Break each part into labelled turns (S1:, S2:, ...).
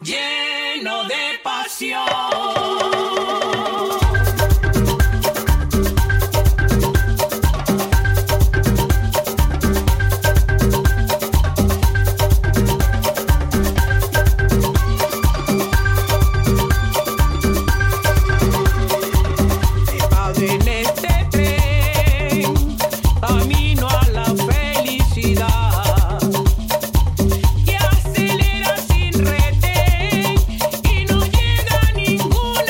S1: lleno de pasión. Trepado en este tren, camino a la felicidad, que acelera sin retén y no llega a ningún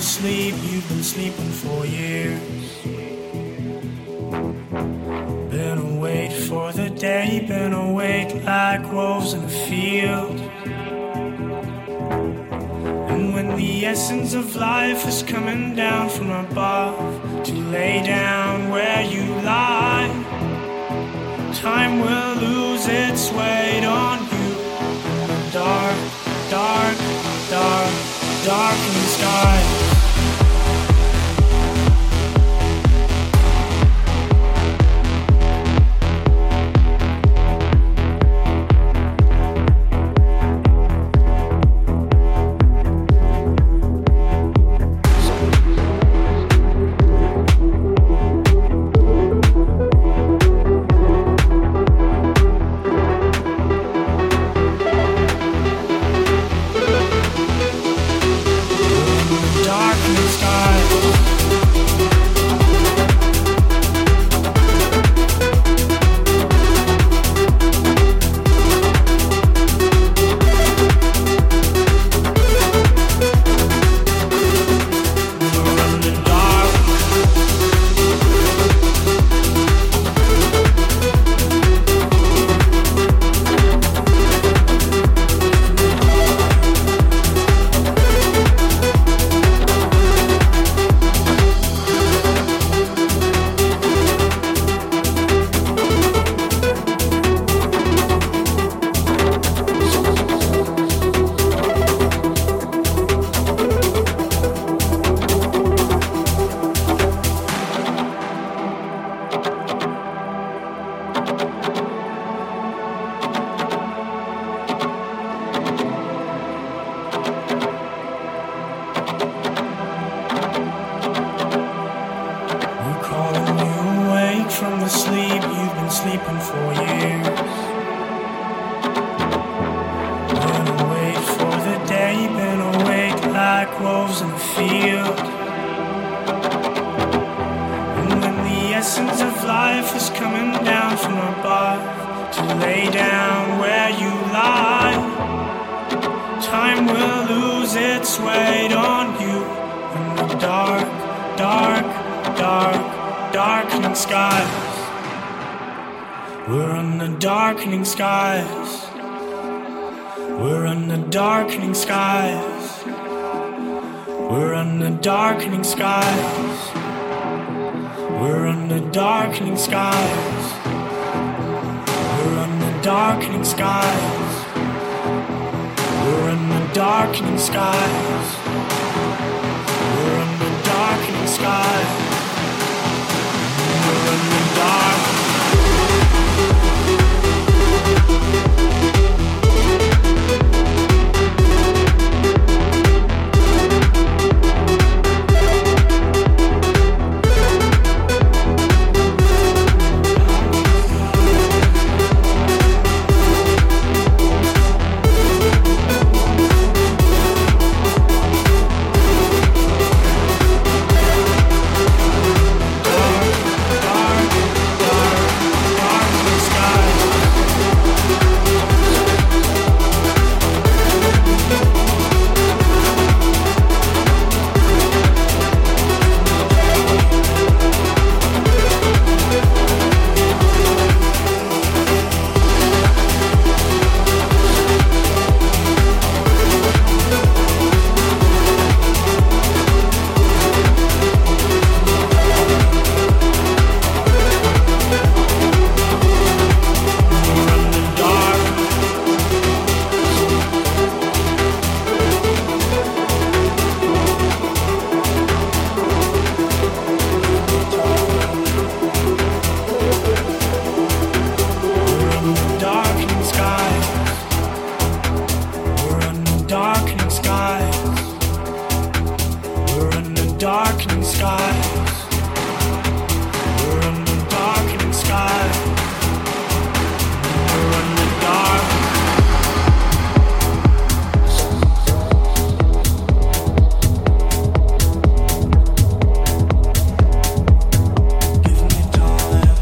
S2: sleep, you've been sleeping for years. Been awake for the day, been awake like wolves in a field. And when the essence of life is coming down from above to lay down where you lie, time will lose its weight on you. Dark, dark, dark, dark in the sky. darkness dies. From the dark We're calling you awake from the sleep you've been sleeping for years. Been awake for the day, been awake like wolves in the field. And when the essence of life is coming down from above to lay down where you lie, time will lose its weight on you in the dark, dark, dark, darkening skies. We're on the darkening skies. We're on the darkening skies. We're on the darkening skies. We're on the darkening skies. We're on the darkening skies. We're in the darkening skies. We're in the darkening skies. We're in the dark. Dark, dark, darkening skies. We're in the dark. We're in the darkening skies. We're in the darkening skies. We're in the darkening skies. We're in the darkening skies. We're in the dark. Give me time.
S3: Dark,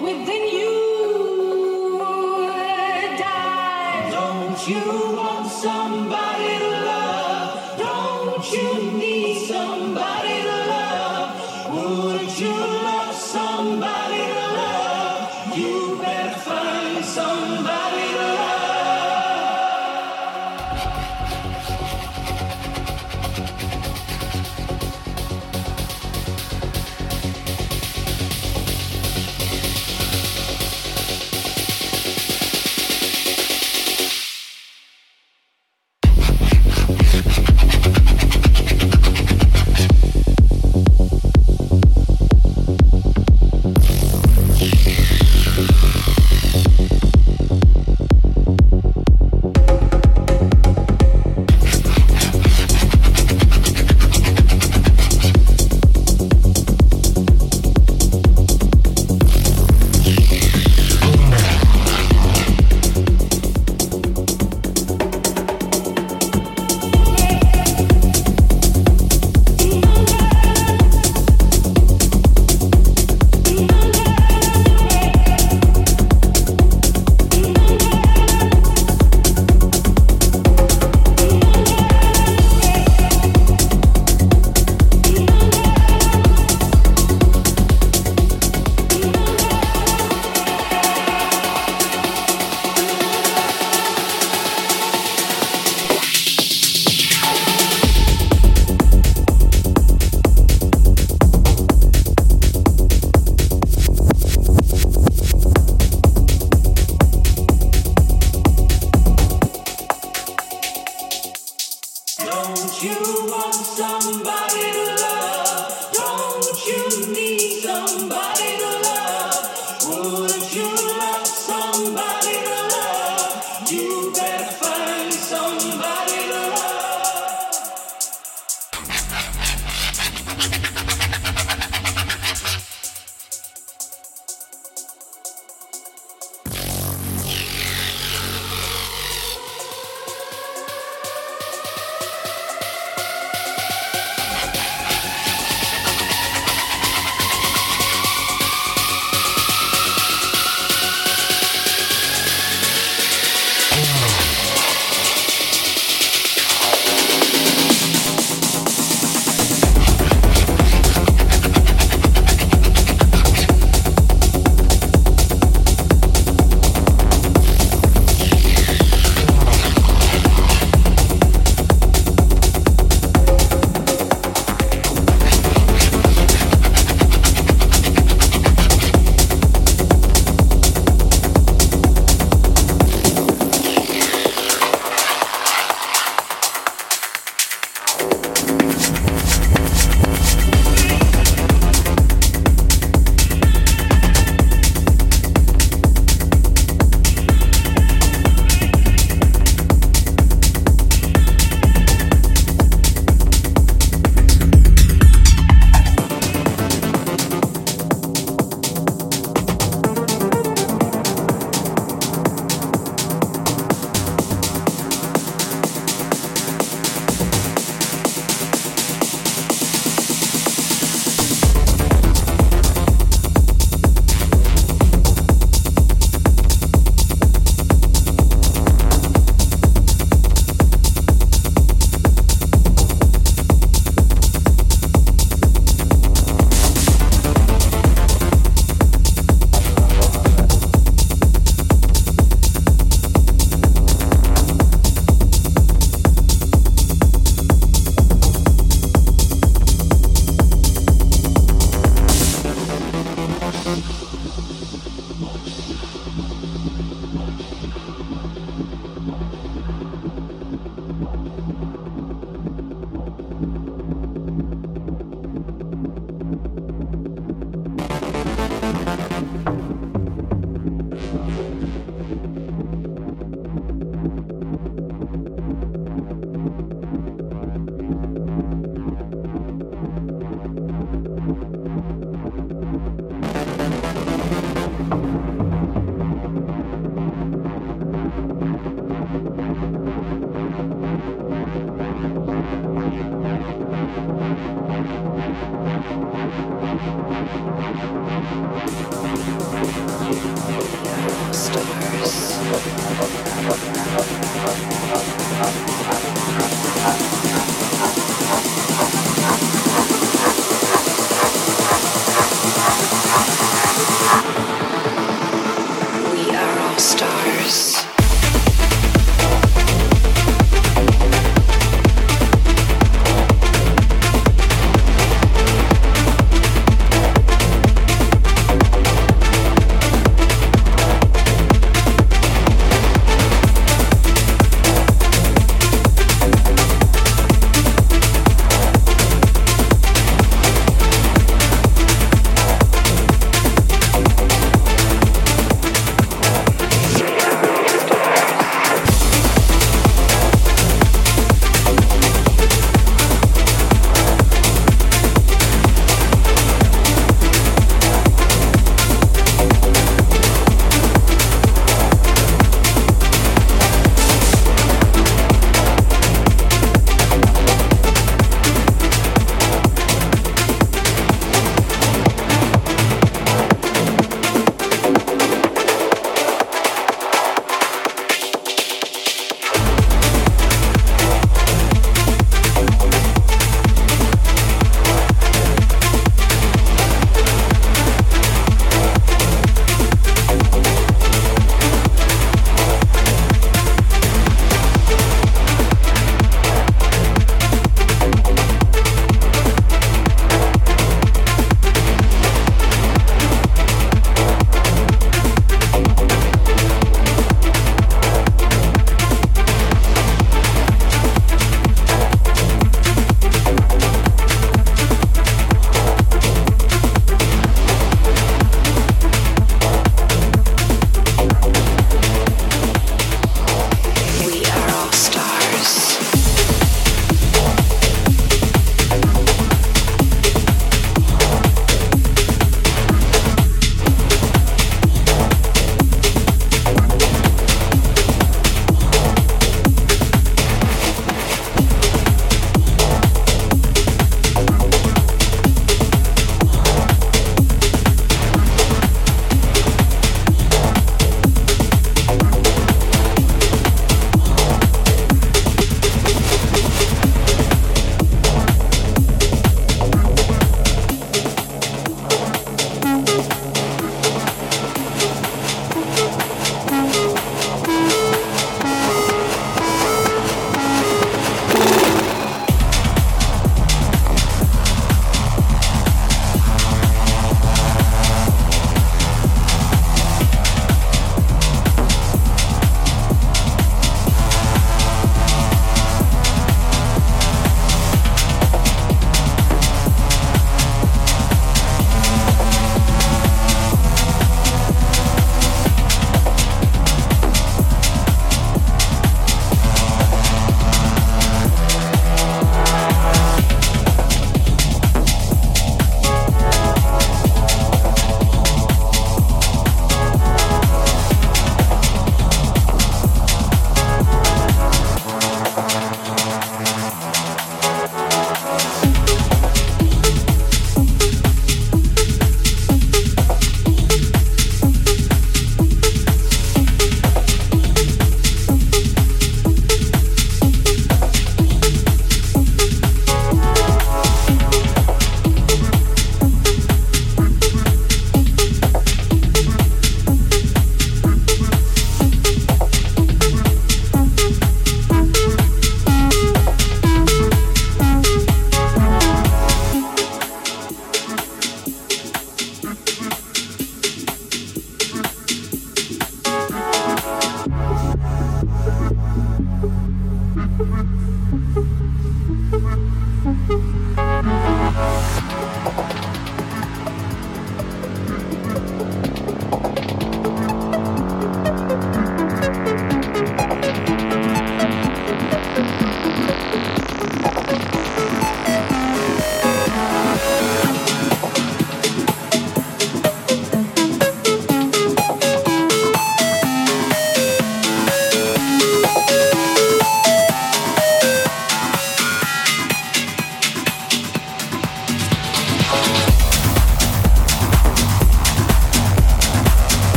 S3: within you would die. Don't you want somebody to love? Don't you need somebody to love? Wouldn't you love somebody to love? You better find somebody to love.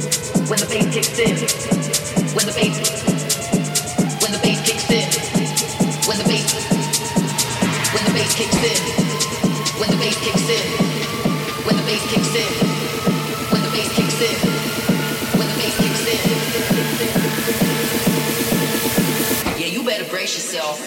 S4: in, when the bass, when the bass kicks in, when the bass, when the bass kicks in, when the bass kicks in, when the bass kicks in, when the bass kicks in, when the bass kicks in. Yeah, you better brace yourself.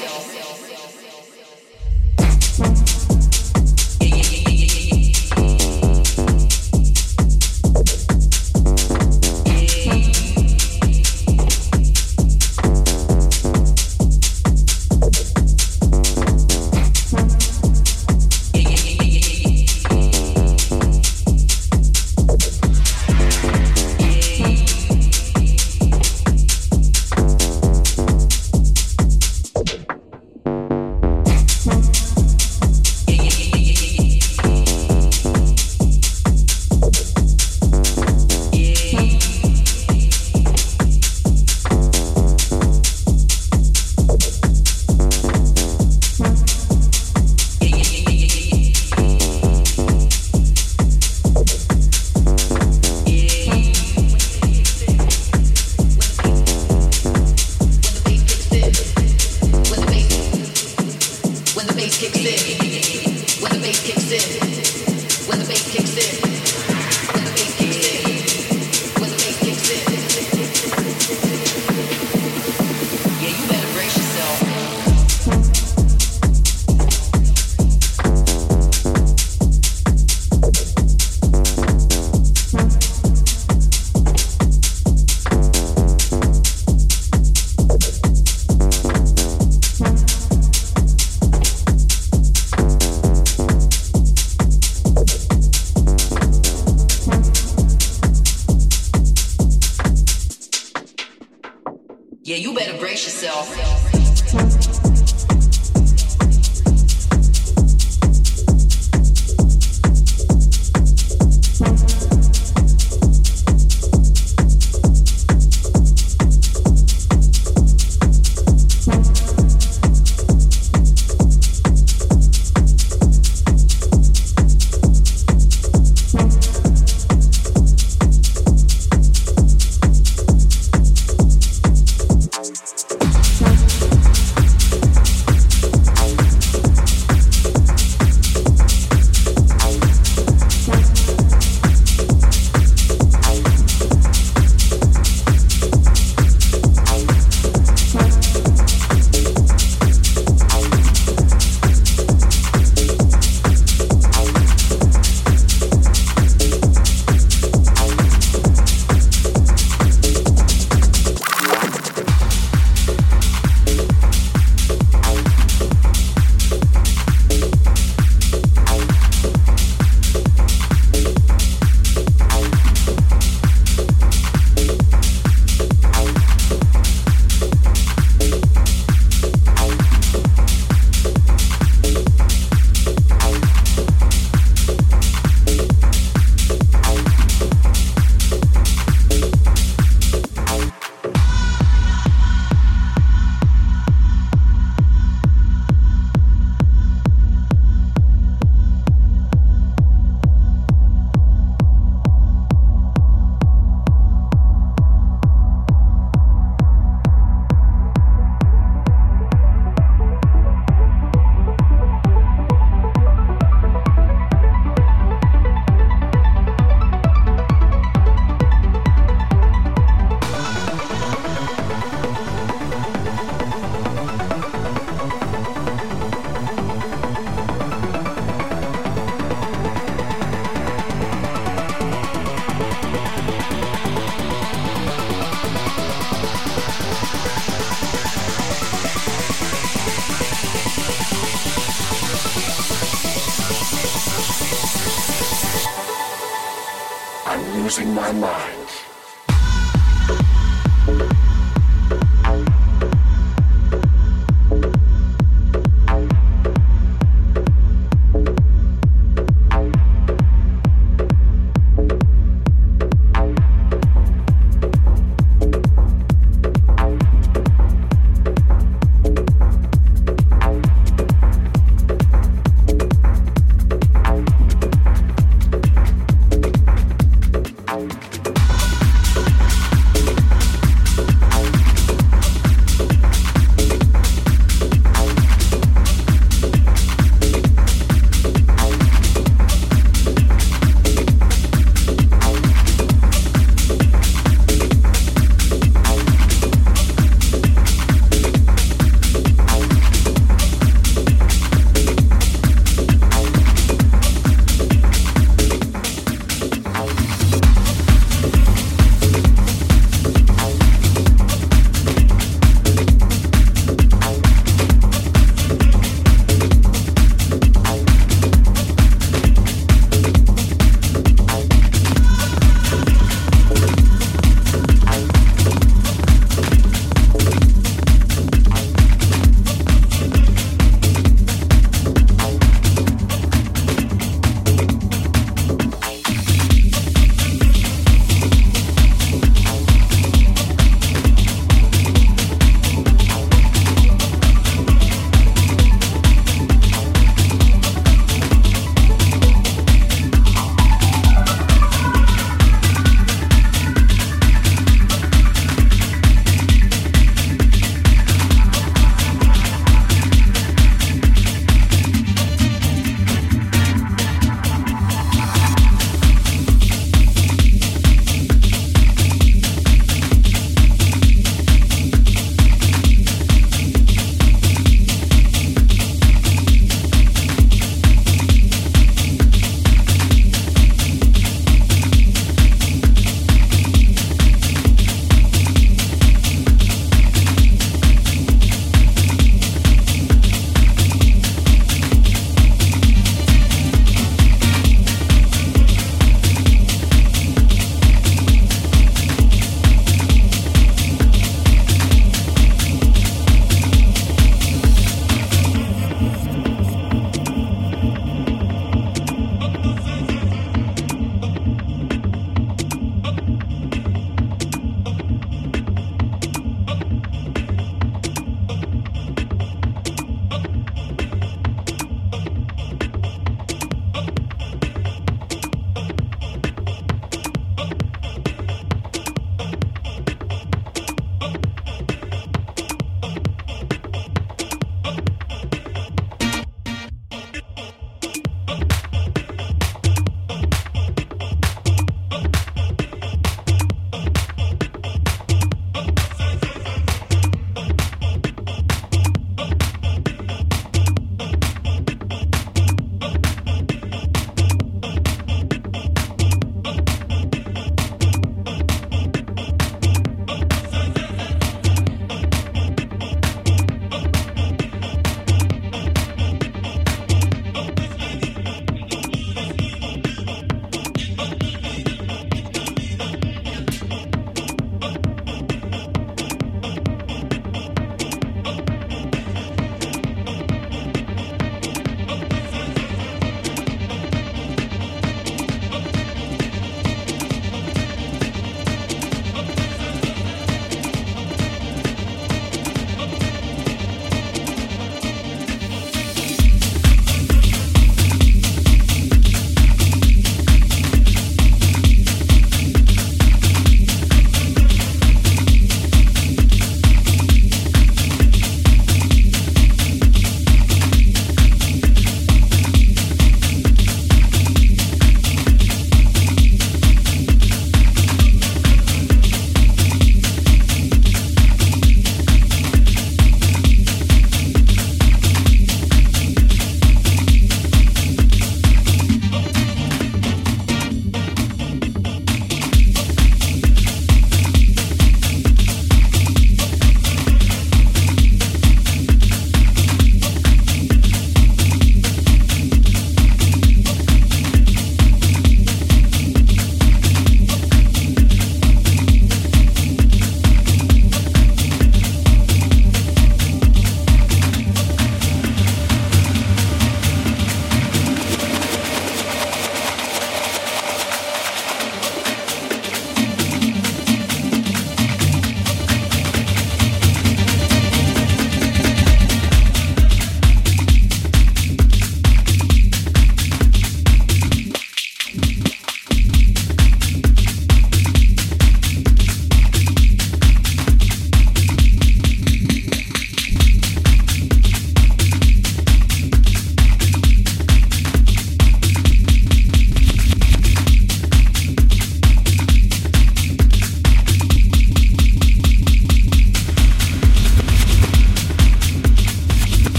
S5: I'm losing my mind.